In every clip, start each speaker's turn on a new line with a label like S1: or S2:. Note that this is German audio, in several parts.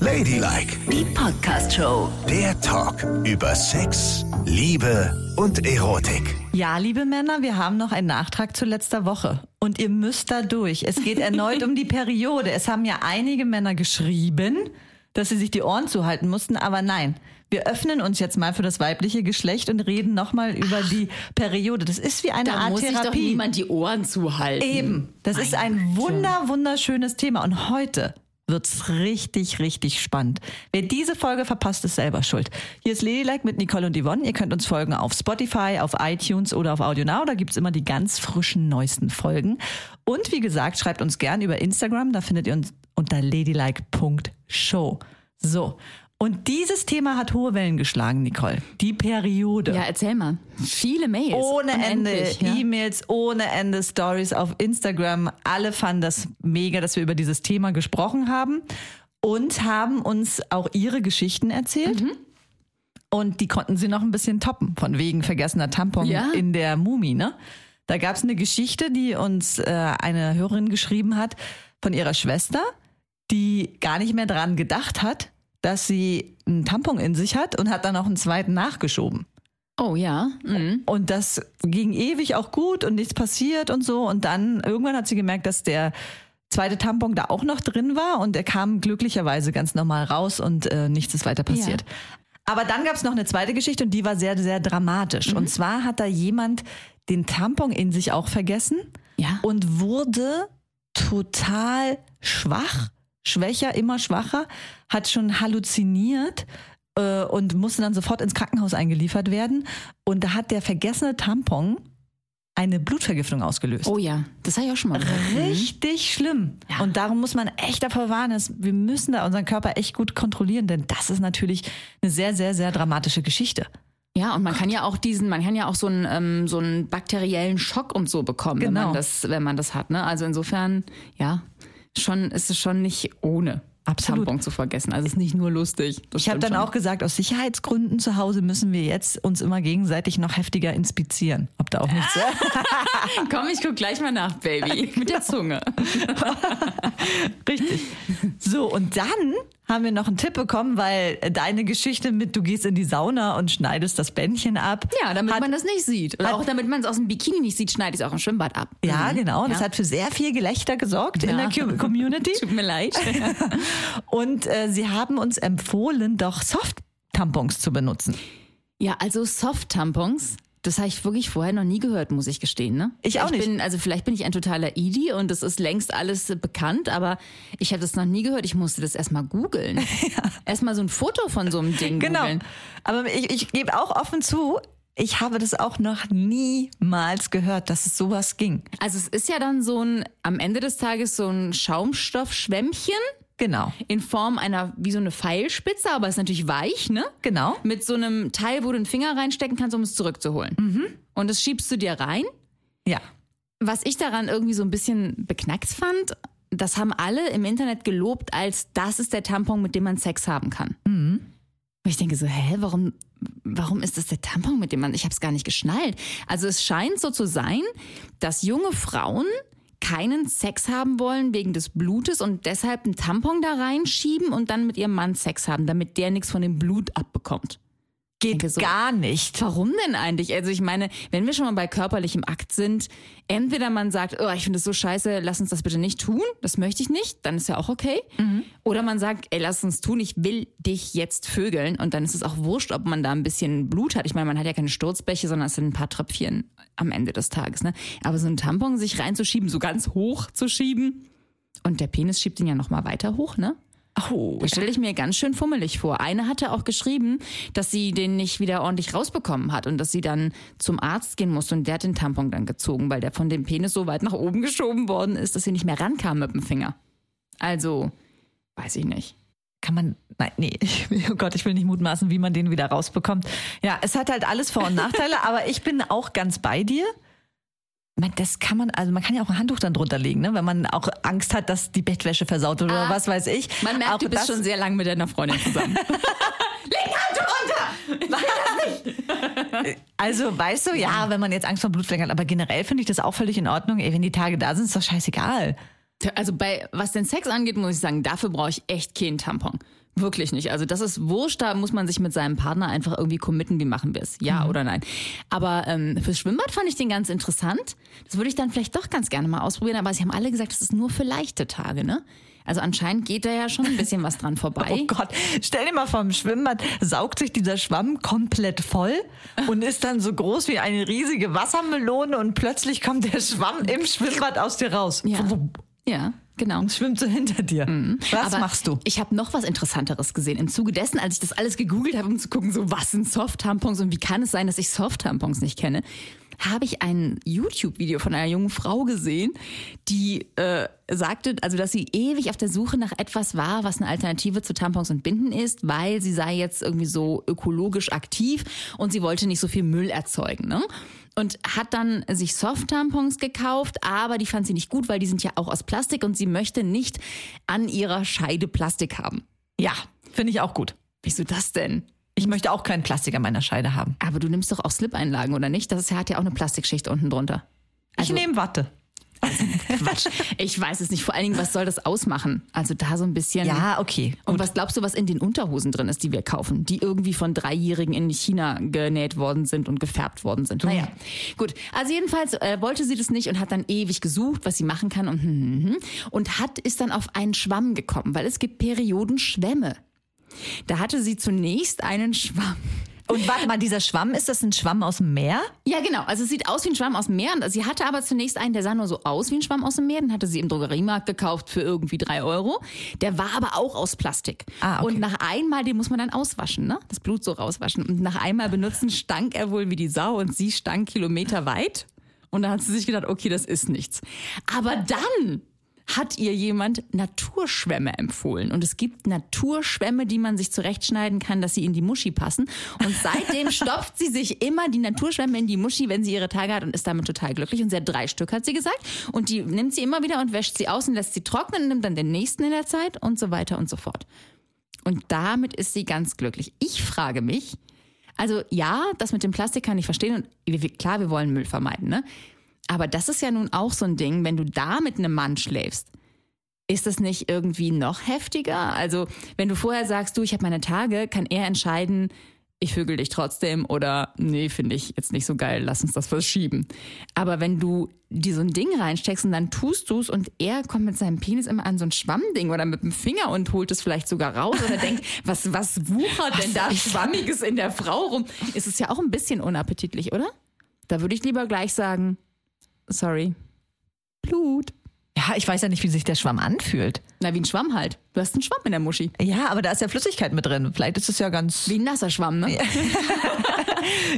S1: Ladylike,
S2: Die Podcast-Show.
S1: der Talk über Sex, Liebe und Erotik.
S3: Ja, liebe Männer, wir haben noch einen Nachtrag zu letzter Woche. Und ihr müsst da durch. Es geht erneut um die Periode. Es haben ja einige Männer geschrieben, dass sie sich die Ohren zuhalten mussten, aber nein. Wir öffnen uns jetzt mal für das weibliche Geschlecht und reden nochmal über die Periode. Das ist wie eine
S4: Da
S3: Art
S4: muss sich
S3: Therapie.
S4: doch niemand die Ohren zuhalten.
S3: Eben. Das ist ein wunder, wunderschönes Thema. Und heute wird's richtig, richtig spannend. Wer diese Folge verpasst, ist selber schuld. Hier ist Ladylike mit Nicole und Yvonne. Ihr könnt uns folgen auf Spotify, auf iTunes oder auf AudioNow. Da gibt's immer die ganz frischen, neuesten Folgen. Und wie gesagt, schreibt uns gern über Instagram. Da findet ihr uns unter ladylike.show. So. Und dieses Thema hat hohe Wellen geschlagen, Nicole. Die Periode.
S4: Ja, erzähl mal. Viele Mails.
S3: Ohne Ende
S4: Unendlich, ja.
S3: E-Mails, ohne Ende Stories auf Instagram. Alle fanden das mega, dass wir über dieses Thema gesprochen haben und haben uns auch ihre Geschichten erzählt.
S4: Mhm.
S3: Und die konnten sie noch ein bisschen toppen, von wegen vergessener Tampon
S4: Ja.
S3: in der Mumi, ne? Da gab es eine Geschichte, die uns äh, eine Hörerin geschrieben hat von ihrer Schwester, die gar nicht mehr dran gedacht hat, dass sie einen Tampon in sich hat und hat dann noch einen zweiten nachgeschoben.
S4: Oh ja. Mhm.
S3: Und das ging ewig auch gut und nichts passiert und so. Und dann irgendwann hat sie gemerkt, dass der zweite Tampon da auch noch drin war und er kam glücklicherweise ganz normal raus und äh, nichts ist weiter passiert. Aber dann gab es noch eine zweite Geschichte und die war sehr, sehr dramatisch. Und zwar hat da jemand den Tampon in sich auch vergessen
S4: Ja.
S3: und wurde total schwach, schwächer, immer schwacher, hat schon halluziniert äh, und musste dann sofort ins Krankenhaus eingeliefert werden. Und da hat der vergessene Tampon eine Blutvergiftung ausgelöst.
S4: Oh Mhm. ja. Das habe ich auch schon mal gehört.
S3: Richtig schlimm. Und darum muss man echt davor warnen. dass Wir müssen da unseren Körper echt gut kontrollieren, denn das ist natürlich eine sehr, sehr, sehr dramatische Geschichte.
S4: Ja, und man kann ja auch diesen, man kann ja auch so einen, ähm, so einen bakteriellen Schock und so bekommen, wenn
S3: Genau.
S4: man das, wenn man das hat. Ne? Also insofern, ja, schon ist es schon nicht ohne
S3: Absolut.
S4: Tampon zu vergessen. Also es ist nicht nur lustig. Das
S3: Ich habe
S4: stimmt
S3: dann
S4: schon.
S3: auch gesagt, aus Sicherheitsgründen zu Hause müssen wir jetzt uns immer gegenseitig noch heftiger inspizieren. Ob da auch
S4: Ah.
S3: nichts.
S4: Komm, ich guck gleich mal nach, Baby. Mit der
S3: Genau.
S4: Zunge.
S3: Richtig. So, und dann haben wir noch einen Tipp bekommen, weil deine Geschichte mit, du gehst in die Sauna und schneidest das Bändchen ab.
S4: Ja, damit
S3: hat,
S4: man das nicht sieht. Und
S3: hat-
S4: auch damit man es aus dem Bikini nicht sieht, schneide ich es auch im Schwimmbad ab.
S3: Ja,
S4: Mhm.
S3: genau. Das
S4: Ja.
S3: hat für sehr viel Gelächter gesorgt in der
S4: Ja.
S3: Com- Community.
S4: Tut mir leid.
S3: Und äh, sie haben uns empfohlen, doch Soft-Tampons zu benutzen.
S4: Ja, also Soft-Tampons, das habe ich wirklich vorher noch nie gehört, muss ich gestehen. Ne?
S3: Ich auch nicht.
S4: Bin, also vielleicht bin ich ein totaler Idi und das ist längst alles äh, bekannt, aber ich habe das noch nie gehört. Ich musste das erstmal googeln. Erstmal so ein Foto von so einem Ding
S3: Genau.
S4: googeln.
S3: Aber ich, ich gebe auch offen zu, ich habe das auch noch niemals gehört, dass es sowas ging.
S4: Also es ist ja dann so ein, am Ende des Tages so ein Schaumstoffschwämmchen
S3: Genau.
S4: in Form einer, wie so eine Pfeilspitze, aber ist natürlich weich, ne?
S3: Genau.
S4: mit so einem Teil, wo du den Finger reinstecken kannst, um es zurückzuholen. Und das schiebst du dir rein.
S3: Ja.
S4: Was ich daran irgendwie so ein bisschen beknackt fand, das haben alle im Internet gelobt als das ist der Tampon, mit dem man Sex haben kann. Und ich denke so, hä, warum, warum ist das der Tampon, mit dem man, ich habe es gar nicht geschnallt. Also es scheint so zu sein, dass junge Frauen keinen Sex haben wollen wegen des Blutes und deshalb einen Tampon da reinschieben und dann mit ihrem Mann Sex haben, damit der nichts von dem Blut abbekommt.
S3: Geht
S4: Denke so.
S3: gar nicht.
S4: Warum denn eigentlich? Also ich meine, wenn wir schon mal bei körperlichem Akt sind, entweder man sagt, oh, ich finde es so scheiße, lass uns das bitte nicht tun, das möchte ich nicht, dann ist ja auch okay. Oder man sagt, ey, lass uns tun, ich will dich jetzt vögeln und dann ist es auch wurscht, ob man da ein bisschen Blut hat. Ich meine, man hat ja keine Sturzbäche, sondern es sind ein paar Tröpfchen am Ende des Tages. Ne? Aber so einen Tampon sich reinzuschieben, so ganz hoch zu schieben und der Penis schiebt ihn ja nochmal weiter hoch, ne?
S3: Oh,
S4: Das stelle ich mir ganz schön fummelig vor. Eine hatte auch geschrieben, dass sie den nicht wieder ordentlich rausbekommen hat und dass sie dann zum Arzt gehen musste und der hat den Tampon dann gezogen, weil der von dem Penis so weit nach oben geschoben worden ist, dass sie nicht mehr rankam mit dem Finger. Also, weiß ich nicht.
S3: kann man, nein, nee, ich will- oh Gott, ich will nicht mutmaßen, wie man den wieder rausbekommt. Ja, es hat halt alles Vor- und Nachteile, aber ich bin auch ganz bei dir. Man, das kann man, also man kann ja auch ein Handtuch dann drunter legen, ne? wenn man auch Angst hat, dass die Bettwäsche versaut wird oder
S4: Ah,
S3: was weiß ich.
S4: Man merkt,
S3: auch
S4: du bist
S3: das-
S4: schon sehr lang mit deiner Freundin zusammen.
S3: Also, weißt du, ja, wenn man jetzt Angst vor Blutflecken hat, aber generell finde ich das auch völlig in Ordnung. Ey, wenn die Tage da sind, ist doch scheißegal.
S4: Also bei was den Sex angeht, muss ich sagen, dafür brauche ich echt keinen Tampon. Wirklich nicht. Also das ist wurscht, da muss man sich mit seinem Partner einfach irgendwie committen, wie machen wir es?
S3: Mhm.
S4: Ja oder nein. Aber ähm, fürs Schwimmbad fand ich den ganz interessant. Das würde ich dann vielleicht doch ganz gerne mal ausprobieren, aber sie haben alle gesagt, das ist nur für leichte Tage, ne? Also anscheinend geht da ja schon ein bisschen was dran vorbei.
S3: Oh Gott, stell dir mal vor dem Schwimmbad, saugt sich dieser Schwamm komplett voll und ist dann so groß wie eine riesige Wassermelone und plötzlich kommt der Schwamm im Schwimmbad aus dir raus.
S4: Ja.
S3: Wupp,
S4: Ja, genau.
S3: Und schwimmt so hinter dir. Was
S4: Aber
S3: machst du?
S4: Ich habe noch was Interessanteres gesehen. Im Zuge dessen, als ich das alles gegoogelt habe, um zu gucken, so was sind Soft-Tampons und wie kann es sein, dass ich Soft-Tampons nicht kenne, habe ich ein YouTube-Video von einer jungen Frau gesehen, die äh, sagte, also dass sie ewig auf der Suche nach etwas war, was eine Alternative zu Tampons und Binden ist, weil sie sei jetzt irgendwie so ökologisch aktiv und sie wollte nicht so viel Müll erzeugen. Ne? und hat dann sich Soft-Tampons gekauft, aber die fand sie nicht gut, weil die sind ja auch aus Plastik und sie möchte nicht an ihrer Scheide Plastik haben. Ja,
S3: Finde ich auch gut.
S4: wieso das denn?
S3: Ich möchte auch keinen Plastik an meiner Scheide haben.
S4: Aber du nimmst doch auch Slip-Einlagen, oder nicht? Das ist, hat ja auch eine Plastikschicht unten drunter. Also-
S3: ich nehme Watte.
S4: Quatsch. Ich weiß es nicht. Vor allen Dingen, was soll das ausmachen? Also da so ein bisschen.
S3: Ja, okay.
S4: Und was glaubst du, was in den Unterhosen drin ist, die wir kaufen, die irgendwie von Dreijährigen in China genäht worden sind und gefärbt worden sind? Naja, gut. Also jedenfalls äh, wollte sie das nicht und hat dann ewig gesucht, was sie machen kann und hm, hm, hm. und hat ist dann auf einen Schwamm gekommen, weil es gibt Periodenschwämme. Da hatte sie zunächst einen Schwamm.
S3: Und warte mal, dieser Schwamm, ist das ein Schwamm aus dem Meer?
S4: Ja, genau. Also es sieht aus wie ein Schwamm aus dem Meer. Und Sie hatte aber zunächst einen, der sah nur so aus wie ein Schwamm aus dem Meer. Den hatte sie im Drogeriemarkt gekauft für irgendwie drei Euro. Der war aber auch aus Plastik.
S3: Ah, okay.
S4: Und nach einmal, den muss man dann auswaschen, ne? Das Blut so rauswaschen. Und nach einmal benutzen stank er wohl wie die Sau und sie stank kilometerweit. Und dann hat sie sich gedacht, okay, das ist nichts. Aber dann hat ihr jemand Naturschwämme empfohlen. Und es gibt Naturschwämme, die man sich zurechtschneiden kann, dass sie in die Muschi passen. Und seitdem stopft sie sich immer die Naturschwämme in die Muschi, wenn sie ihre Tage hat und ist damit total glücklich. Und sie hat drei Stück, hat sie gesagt. Und die nimmt sie immer wieder und wäscht sie aus und lässt sie trocknen und nimmt dann den nächsten in der Zeit und so weiter und so fort. Und damit ist sie ganz glücklich. Ich frage mich, also ja, das mit dem Plastik kann ich verstehen und wir- wir- klar, wir wollen Müll vermeiden, ne? Aber das ist ja nun auch so ein Ding, wenn du da mit einem Mann schläfst, ist das nicht irgendwie noch heftiger? Also, wenn du vorher sagst, du, ich habe meine Tage, kann er entscheiden, ich vögel dich trotzdem oder nee, finde ich jetzt nicht so geil, lass uns das verschieben. Aber wenn du dir so ein Ding reinsteckst und dann tust du's und er kommt mit seinem Penis immer an so ein Schwammding oder mit dem Finger und holt es vielleicht sogar raus oder denkt, was, was wuchert denn da Schwammiges in der Frau rum? Ist es ja auch ein bisschen unappetitlich, oder? Da würde ich lieber gleich sagen, sorry, Blut.
S3: Ja, ich weiß ja nicht, wie sich der Schwamm anfühlt.
S4: Na, wie ein Schwamm halt. Du hast einen Schwamm in der Muschi.
S3: Ja, aber da ist ja Flüssigkeit mit drin. Vielleicht ist es ja ganz.
S4: Wie ein nasser Schwamm, ne? Ja,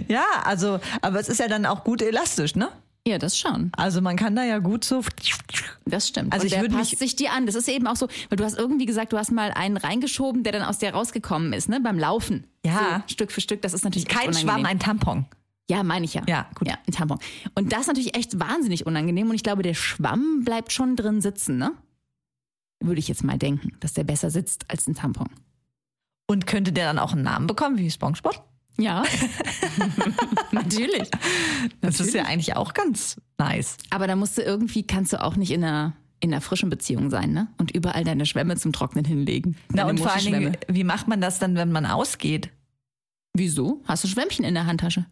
S3: Ja, also, aber es ist ja dann auch gut elastisch, ne?
S4: das schon.
S3: Also man kann da ja gut so.
S4: Das stimmt.
S3: Also
S4: Also
S3: ich
S4: und der
S3: würde mich-
S4: passt sich dir an. Das ist eben auch so, weil du hast irgendwie gesagt, du hast mal einen reingeschoben, der dann aus dir rausgekommen ist, ne? Beim Laufen.
S3: Ja.
S4: So, Stück für Stück. Das ist natürlich echt
S3: Kein
S4: unangenehm.
S3: Schwamm, ein Tampon.
S4: Ja, meine ich ja.
S3: Ja, gut.
S4: Ja, ein Tampon. Und das ist natürlich echt wahnsinnig unangenehm. Und ich glaube, der Schwamm bleibt schon drin sitzen, ne? Würde ich jetzt mal denken, dass der besser sitzt als ein Tampon.
S3: Und könnte der dann auch einen Namen bekommen, wie Spongebob?
S4: Ja. natürlich.
S3: Das ist ja eigentlich auch ganz nice.
S4: Aber da musst du irgendwie, kannst du auch nicht in einer, in einer frischen Beziehung sein, ne? Und überall deine Schwämme zum Trocknen hinlegen.
S3: Na,
S4: Deine
S3: und vor allen
S4: Muschischwämme.
S3: Dingen, wie macht man das dann, wenn man ausgeht?
S4: Wieso? Hast du Schwämmchen in der Handtasche?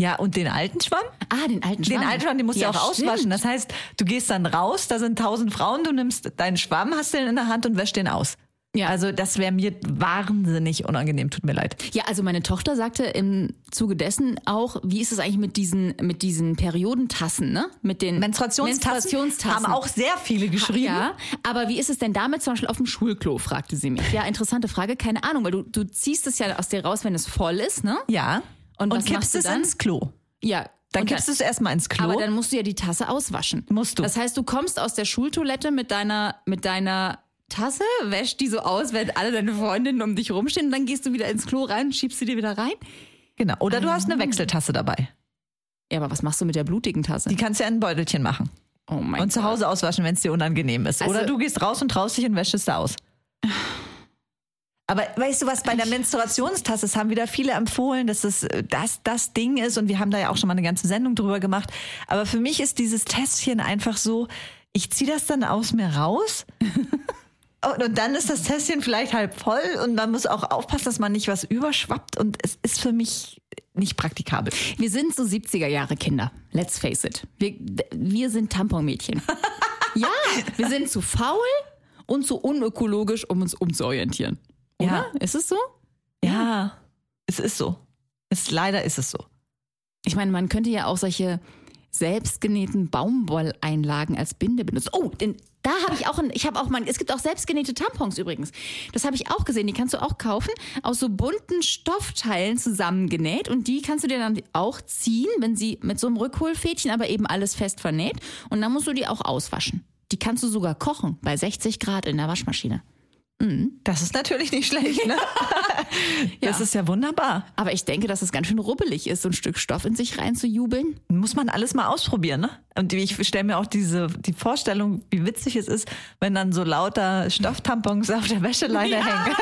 S3: Ja, und den alten Schwamm?
S4: Ah, den alten Schwamm.
S3: Den alten Schwamm, den musst
S4: ja,
S3: du auch
S4: stimmt.
S3: auswaschen. Das heißt, du gehst dann raus, da sind tausend Frauen, du nimmst deinen Schwamm, hast den in der Hand und wäschst den aus.
S4: Ja.
S3: Also das wäre mir wahnsinnig unangenehm, tut mir leid.
S4: Ja, also meine Tochter sagte im Zuge dessen auch, wie ist es eigentlich mit diesen, mit diesen Periodentassen, ne? Mit den
S3: Menstruationstassen,
S4: Menstruationstassen.
S3: haben auch sehr viele geschrieben.
S4: Ja, aber wie ist es denn damit zum Beispiel auf dem Schulklo, fragte sie mich. Ja, interessante Frage, keine Ahnung, weil du, du ziehst es ja aus dir raus, wenn es voll ist, ne?
S3: ja.
S4: Und
S3: Und,
S4: was machst
S3: kippst
S4: du
S3: es
S4: dann?
S3: ins Klo.
S4: Ja.
S3: Dann
S4: Und
S3: kippst du es erstmal ins Klo.
S4: Aber dann musst du ja die Tasse auswaschen.
S3: Musst du.
S4: Das heißt, du kommst aus der Schultoilette mit deiner, mit deiner Tasse, wäschst die so aus, wenn alle deine Freundinnen um dich rumstehen, und dann gehst du wieder ins Klo rein, schiebst sie dir wieder rein.
S3: genau. Oder
S4: Mhm.
S3: du hast eine Wechseltasse dabei.
S4: Ja, aber was machst du mit der blutigen Tasse?
S3: Die kannst du ja in ein Beutelchen machen.
S4: oh mein
S3: Und zu Hause auswaschen, wenn es dir unangenehm ist.
S4: Also-
S3: Oder du gehst raus und traust dich und wäschst es da aus. Aber weißt du was, bei der Menstruationstasse, das haben wieder viele empfohlen, dass es äh, das, das Ding ist und wir haben da ja auch schon mal eine ganze Sendung drüber gemacht. Aber für mich ist dieses Tässchen einfach so, ich ziehe das dann aus mir raus Und, und dann ist das Tässchen vielleicht halb voll und man muss auch aufpassen, dass man nicht was überschwappt. Und es ist für mich nicht praktikabel.
S4: Wir sind so 70er Jahre Kinder. Let's face it. Wir, wir sind Tamponmädchen. ja, wir sind zu faul und zu unökologisch, um uns umzuorientieren. Oder?
S3: Ja.
S4: Ist es so?
S3: Ja, es ist so. Es, leider ist es so.
S4: Ich meine, man könnte ja auch solche selbstgenähten Baumwolleinlagen als Binde benutzen. Oh, denn da habe ich auch, ein, ich habe auch mal, es gibt auch selbstgenähte Tampons übrigens. Das habe ich auch gesehen, die kannst du auch kaufen, aus so bunten Stoffteilen zusammengenäht und die kannst du dir dann auch ziehen, wenn sie mit so einem Rückholfädchen, aber eben alles fest vernäht und dann musst du die auch auswaschen. Die kannst du sogar kochen bei 60 Grad in der Waschmaschine.
S3: Das ist natürlich nicht schlecht, ne? Das ist ja wunderbar.
S4: Aber ich denke, dass es ganz schön rubbelig ist, so ein Stück Stoff in sich reinzujubeln.
S3: Muss man alles mal ausprobieren, ne? Und ich stelle mir auch diese, die Vorstellung, wie witzig es ist, wenn dann so lauter Stofftampons auf der Wäscheleine hängen.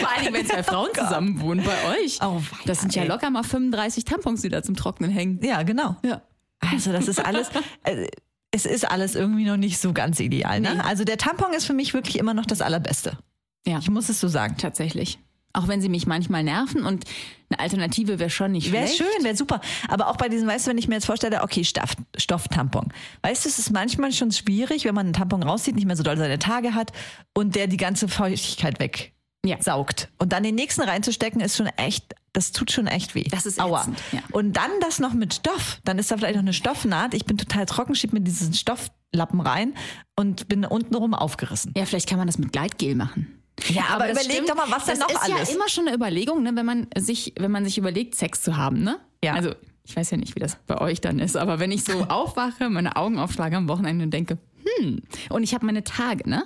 S4: Vor allen Dingen, wenn zwei Frauen zusammen wohnen bei euch.
S3: Oh, weia,
S4: das sind ja
S3: ey.
S4: locker mal 35 Tampons, die da zum Trocknen hängen.
S3: Ja, genau.
S4: Ja.
S3: Also das ist alles, äh, es ist alles irgendwie noch nicht so ganz ideal, ne?
S4: Nee.
S3: Also der Tampon ist für mich wirklich immer noch das Allerbeste.
S4: Ja,
S3: Ich muss es so sagen.
S4: tatsächlich. Auch wenn sie mich manchmal nerven und eine Alternative wäre schon nicht
S3: Wäre
S4: schlecht.
S3: schön, wäre super. Aber auch bei diesem, weißt du, wenn ich mir jetzt vorstelle, okay, Stoff, Stofftampon. Weißt du, es ist manchmal schon schwierig, wenn man einen Tampon rauszieht, nicht mehr so doll seine Tage hat und der die ganze Feuchtigkeit weg
S4: Ja.
S3: saugt. Und dann den nächsten reinzustecken, ist schon echt, das tut schon echt weh.
S4: Das ist
S3: Aua.
S4: ätzend, ja.
S3: Und dann das noch mit Stoff. Dann ist da vielleicht noch eine Stoffnaht. Ich bin total trocken, schieb mir diesen Stofflappen rein und bin untenrum aufgerissen.
S4: Ja, vielleicht kann man das mit Gleitgel machen.
S3: Ja, aber
S4: das
S3: überleg doch mal, was da
S4: das
S3: noch
S4: ist
S3: alles-
S4: ja immer schon eine Überlegung, ne, wenn man sich, wenn man sich überlegt, Sex zu haben, ne?
S3: Ja.
S4: Also ich weiß ja nicht, wie das bei euch dann ist, aber wenn ich so aufwache, meine Augen aufschlage am Wochenende und denke, hm, und ich habe meine Tage, ne?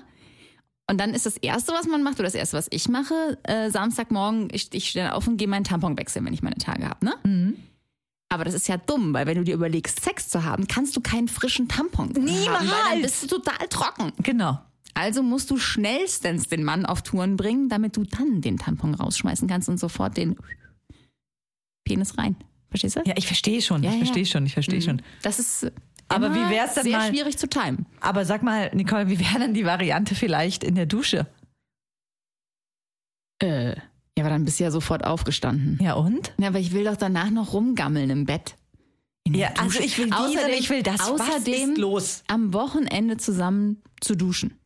S4: Und dann ist das Erste, was man macht, oder das Erste, was ich mache, äh, Samstagmorgen, ich, ich stehe dann auf und gehe meinen Tampon wechseln, wenn ich meine Tage habe, ne?
S3: Mhm.
S4: Aber das ist ja dumm, weil wenn du dir überlegst, Sex zu haben, kannst du keinen frischen Tampon haben, weil
S3: Niemals!
S4: dann bist du total trocken.
S3: Genau.
S4: Also musst du schnellstens den Mann auf Touren bringen, damit du dann den Tampon rausschmeißen kannst und sofort den Penis rein. Verstehst du?
S3: Ja, ich verstehe schon.
S4: Ja,
S3: ich
S4: ja. Mhm.
S3: verstehe schon. Ich verstehe schon.
S4: Das ist
S3: Aber
S4: immer
S3: wie wär's denn
S4: sehr
S3: mal-
S4: schwierig zu timen.
S3: Aber sag mal, Nicole, wie wäre denn die Variante vielleicht in der Dusche?
S4: Äh. Ja, aber dann bist du ja sofort aufgestanden.
S3: Ja, und?
S4: Ja, aber ich will doch danach noch rumgammeln im Bett. In der
S3: Ja, also
S4: Dusche.
S3: ich will diese, ich will das. Was
S4: Außerdem
S3: ist los?
S4: am Wochenende zusammen zu duschen.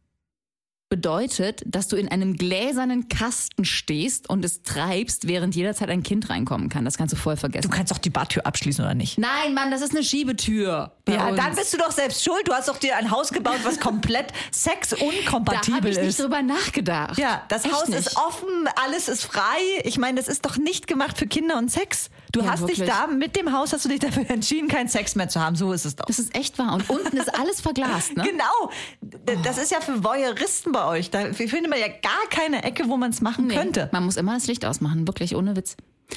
S4: Bedeutet, dass du in einem gläsernen Kasten stehst und es treibst, während jederzeit ein Kind reinkommen kann. Das kannst du voll vergessen.
S3: Du kannst doch die Badtür abschließen, oder nicht?
S4: Nein, Mann, das ist eine Schiebetür. bei uns.
S3: bist du doch selbst schuld. Du hast doch dir ein Haus gebaut, was komplett
S4: da habe
S3: sexunkompatibel
S4: ich nicht drüber nachgedacht.
S3: Ja, das
S4: Echt
S3: Haus
S4: nicht.
S3: ist offen, alles ist frei. Ich meine, das ist doch nicht gemacht für Kinder und Sex. Du
S4: Ja,
S3: hast dich
S4: wirklich.
S3: da mit dem Haus hast du dich dafür entschieden, keinen Sex mehr zu haben. So ist es doch.
S4: Das ist echt wahr. Und unten ist alles verglast, ne? Oh.
S3: Genau. D- Das ist ja für Voyeuristen bei euch. Da findet man ja gar keine Ecke, wo man es machen
S4: Nee,
S3: könnte.
S4: Man muss immer das Licht ausmachen, wirklich, ohne Witz.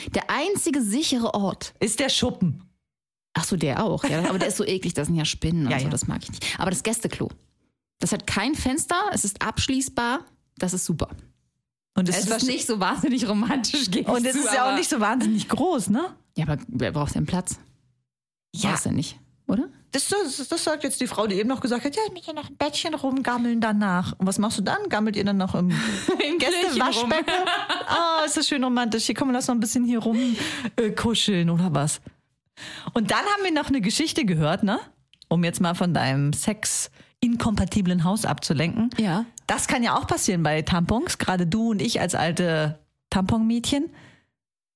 S4: Der einzige sichere Ort.
S3: Ist der Schuppen.
S4: Ach so, der auch. Ja, aber der ist so eklig, da sind ja Spinnen und
S3: Ja,
S4: so,
S3: ja.
S4: das mag ich nicht. Aber das Gästeklo. Das hat kein Fenster, es ist abschließbar. Das ist super.
S3: Und
S4: Es, ist nicht so wahnsinnig romantisch. gebe ich
S3: Und es
S4: zu,
S3: ist ja auch
S4: aber-
S3: nicht so wahnsinnig groß, ne?
S4: Ja, aber wer braucht denn Platz?
S3: Ja.
S4: Brauchst du nicht, oder?
S3: Das, das, das sagt jetzt die Frau, die eben noch gesagt hat, ja, ich möchte noch ein Bettchen rumgammeln danach. Und was machst du dann? Gammelt ihr dann noch im Gästewaschbecken? Ah, ist das schön romantisch. Hier kommen wir lass noch ein bisschen hier rum äh, kuscheln oder was. Und dann haben wir noch eine Geschichte gehört, ne? Um jetzt mal von deinem Sex inkompatiblen Haus abzulenken.
S4: Ja.
S3: Das kann ja auch passieren bei Tampons, gerade du und ich als alte Tamponmädchen,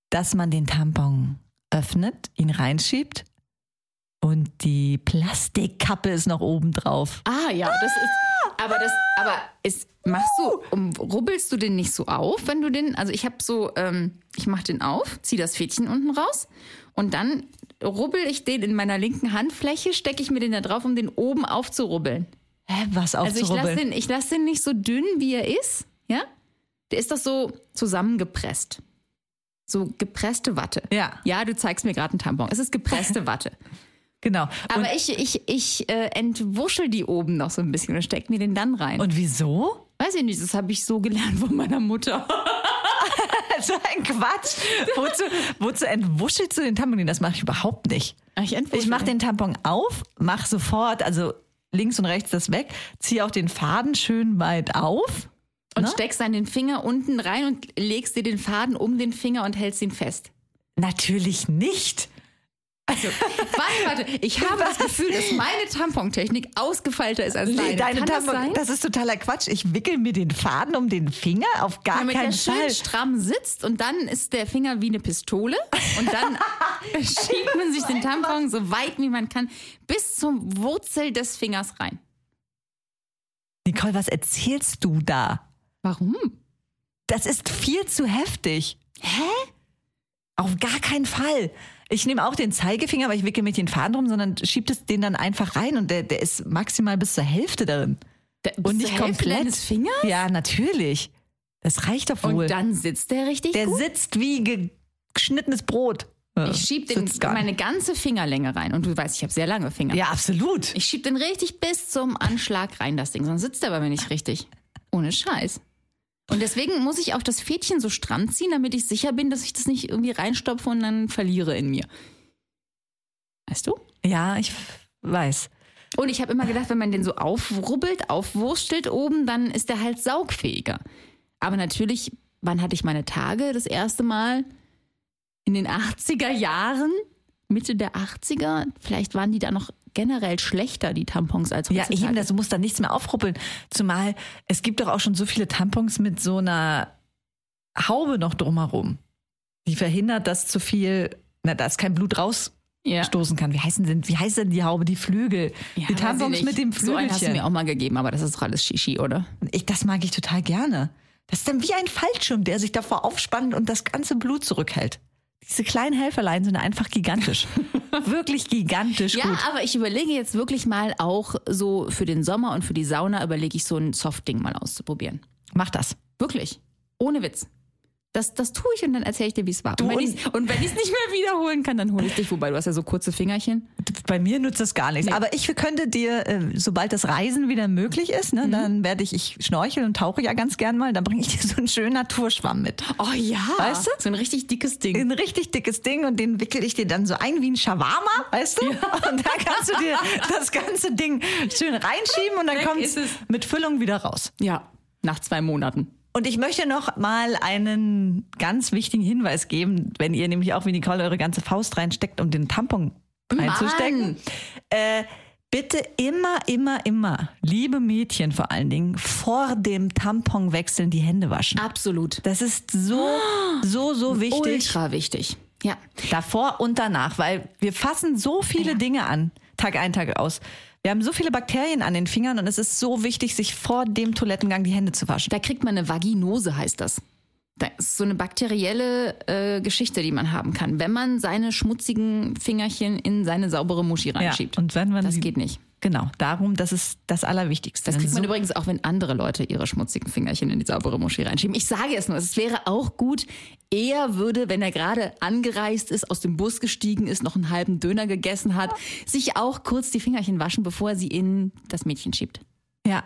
S3: dass man den Tampon öffnet, ihn reinschiebt und die Plastikkappe ist noch oben drauf.
S4: Ah ja, das ist. Aber das, aber ist, machst du, um, rubbelst du den nicht so auf, wenn du den, also ich habe so, ähm, ich mache den auf, zieh das Fädchen unten raus und dann rubbel ich den in meiner linken Handfläche, stecke ich mir den da drauf, um den oben aufzurubbeln.
S3: Hä, was
S4: Also ich lasse
S3: aufzurubbeln?
S4: den, ich lass den nicht so dünn, wie er ist, ja? Der ist doch so zusammengepresst. So gepresste Watte.
S3: Ja.
S4: Ja, du zeigst mir gerade einen Tampon. Es ist gepresste Watte.
S3: genau. Und,
S4: Aber ich, ich, ich äh, entwuschel die oben noch so ein bisschen und steck mir den dann rein.
S3: und wieso?
S4: Weiß ich nicht, das habe ich so gelernt von meiner Mutter.
S3: So ein Quatsch. Wozu, wozu entwuschelst du den Tampon? Das mache ich überhaupt nicht.
S4: Ich,
S3: Ich mache den Tampon auf, mache sofort, also links und rechts das weg, ziehe auch den Faden schön weit auf
S4: Und
S3: Ne?
S4: steckst dann den Finger unten rein und legst dir den Faden um den Finger und hältst ihn fest.
S3: Natürlich nicht.
S4: Warte, warte, ich habe das Gefühl, dass meine Tampontechnik ausgefeilter ist als deine. Kann
S3: Tampon-
S4: das sein?
S3: das ist totaler Quatsch. Ich wickel mir den Faden um den Finger auf gar
S4: Damit
S3: keinen
S4: der schön
S3: Fall.
S4: stramm sitzt und dann ist der Finger wie eine Pistole und dann schiebt man sich den Tampon so weit wie man kann bis zur Wurzel des Fingers rein.
S3: Nicole, was erzählst du da?
S4: Warum?
S3: Das ist viel zu heftig. Hä? Auf gar keinen Fall. Ich nehme auch den Zeigefinger, aber ich wickel mir den Faden rum, sondern schiebt es den dann einfach rein und der, der ist maximal bis zur Hälfte darin. und nicht komplett.
S4: Des Fingers?
S3: Ja, natürlich. Das reicht doch wohl.
S4: Und dann sitzt der richtig
S3: der
S4: gut.
S3: sitzt wie ge- geschnittenes Brot. Äh,
S4: Ich schieb den,
S3: Sitzt gar
S4: meine
S3: nicht.
S4: ganze Fingerlänge rein und du weißt, ich habe sehr lange Finger.
S3: Ja, absolut.
S4: Ich schieb den richtig bis zum Anschlag rein, das Ding, sonst sitzt er bei mir nicht richtig. Ohne Scheiß. Und deswegen muss ich auch das Fädchen so stramm ziehen, damit ich sicher bin, dass ich das nicht irgendwie reinstopfe und dann verliere in mir. Weißt du?
S3: Ja, ich weiß.
S4: Und ich habe immer gedacht, wenn man den so aufrubbelt, aufwurstelt oben, dann ist der halt saugfähiger. Aber natürlich, wann hatte ich meine Tage das erste Mal? In den 80er Jahren, Mitte der 80er, vielleicht waren die da noch generell schlechter, die Tampons, als
S3: Ja,
S4: heutzutage.
S3: eben, das muss dann nichts mehr aufruppeln. Zumal es gibt doch auch schon so viele Tampons mit so einer Haube noch drumherum. Die verhindert, dass zu viel, na, dass kein Blut rausstoßen
S4: ja.
S3: kann. Wie heißen denn, wie heißt denn die Haube? Die Flügel.
S4: Ja,
S3: die
S4: weiß ich
S3: Tampons
S4: nicht.
S3: mit dem
S4: So einen hast du
S3: Flügelchen.
S4: mir auch mal gegeben, aber das ist doch alles Shishi, oder?
S3: ich, das mag ich total gerne. Das ist dann wie ein Fallschirm, der sich davor aufspannt und das ganze Blut zurückhält. Diese kleinen Helferlein sind einfach gigantisch. Wirklich gigantisch
S4: Ja,
S3: gut.
S4: aber ich überlege jetzt wirklich mal auch so für den Sommer und für die Sauna überlege ich so ein Softding mal auszuprobieren.
S3: Mach das.
S4: Wirklich. Ohne Witz. Das, das tue ich und dann erzähle ich dir, wie es war.
S3: Du
S4: und wenn
S3: und-
S4: ich's- und wenn ich es nicht mehr wiederholen kann, dann hole ich dich. Wobei, du hast ja so kurze Fingerchen.
S3: Bei mir nutzt das gar nichts. Aber ich könnte dir, äh, sobald das Reisen wieder möglich ist,
S4: Mhm.
S3: ne, dann werde ich, ich schnorchel und tauche ja ganz gern mal, dann bringe ich dir so einen schönen Naturschwamm mit.
S4: Oh ja.
S3: Weißt du?
S4: So ein richtig dickes Ding.
S3: Ein richtig dickes Ding und den wickel ich dir dann so ein wie ein Shawarma, weißt du? Und da kannst du dir das ganze Ding schön reinschieben und dann
S4: Weg
S3: kommt
S4: ist es.
S3: mit Füllung wieder raus.
S4: Ja. Nach zwei Monaten.
S3: Und ich möchte noch mal einen ganz wichtigen Hinweis geben, wenn ihr nämlich auch wie Nicole eure ganze Faust reinsteckt, um den Tampon reinzustecken. Äh, bitte immer, immer, immer, liebe Mädchen vor allen Dingen, vor dem Tampon wechseln die Hände waschen.
S4: Absolut.
S3: Das ist so, so, so wichtig.
S4: Ultra wichtig. Ja.
S3: Davor und danach, weil wir fassen so viele Dinge an, Tag ein, Tag aus. Wir haben so viele Bakterien an den Fingern und es ist so wichtig, sich vor dem Toilettengang die Hände zu waschen.
S4: Da kriegt man eine Vaginose, heißt das. Das ist so eine bakterielle äh, Geschichte, die man haben kann, wenn man seine schmutzigen Fingerchen in seine saubere Muschi reinschiebt.
S3: Und wenn man
S4: das
S3: sie-
S4: geht nicht.
S3: Genau, darum, das ist das Allerwichtigste.
S4: Das
S3: Denn
S4: kriegt man
S3: so-
S4: übrigens auch, wenn andere Leute ihre schmutzigen Fingerchen in die saubere Muschi reinschieben. Ich sage es nur, es wäre auch gut, er würde, wenn er gerade angereist ist, aus dem Bus gestiegen ist, noch einen halben Döner gegessen hat, sich auch kurz die Fingerchen waschen, bevor er sie in das Mädchen schiebt.
S3: ja.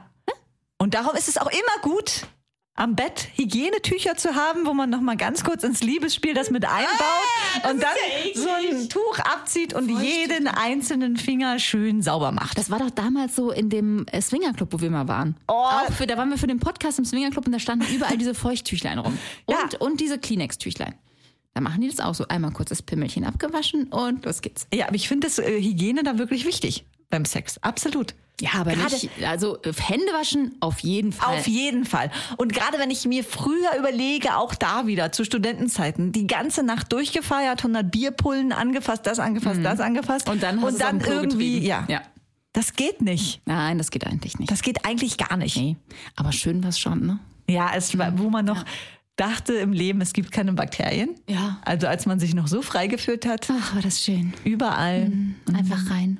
S3: Und darum ist es auch immer gut, am Bett Hygienetücher zu haben, wo man nochmal ganz kurz ins Liebesspiel das mit einbaut
S4: Ah,
S3: und dann so ein Tuch abzieht und jeden einzelnen Finger schön sauber macht.
S4: Das war doch damals so in dem äh, Swingerclub, wo wir mal waren.
S3: Oh.
S4: Auch für, da waren wir für den Podcast im Swingerclub und da standen überall diese Feuchttüchlein rum. Und,
S3: Ja.
S4: und diese Kleenex-Tüchlein. Da machen die das auch so. Einmal kurz das Pimmelchen abgewaschen und los geht's.
S3: Ja, aber ich finde das äh, Hygiene da wirklich wichtig beim Sex. Absolut.
S4: Ja, aber
S3: Gerade-
S4: nicht, also äh, Hände waschen auf jeden Fall.
S3: Auf jeden Fall. Und gerade wenn ich mir früher überlege, auch da wieder zu Studentenzeiten, die ganze Nacht durchgefeiert, 100 Bierpullen angefasst, das angefasst, das angefasst.
S4: Mhm. und dann, hast du
S3: und
S4: es auf
S3: dann
S4: dem Klo
S3: irgendwie,
S4: getrieben.
S3: ja,
S4: ja.
S3: Das geht nicht.
S4: Nein, das geht eigentlich nicht.
S3: Das geht eigentlich gar nicht.
S4: nee. Aber schön was schon, ne?
S3: Ja, es war, wo man noch dachte im Leben, es gibt keine Bakterien.
S4: Ja.
S3: Also als man sich noch so freigeführt hat,
S4: Ach, war das schön.
S3: überall.
S4: Mhm. Einfach rein.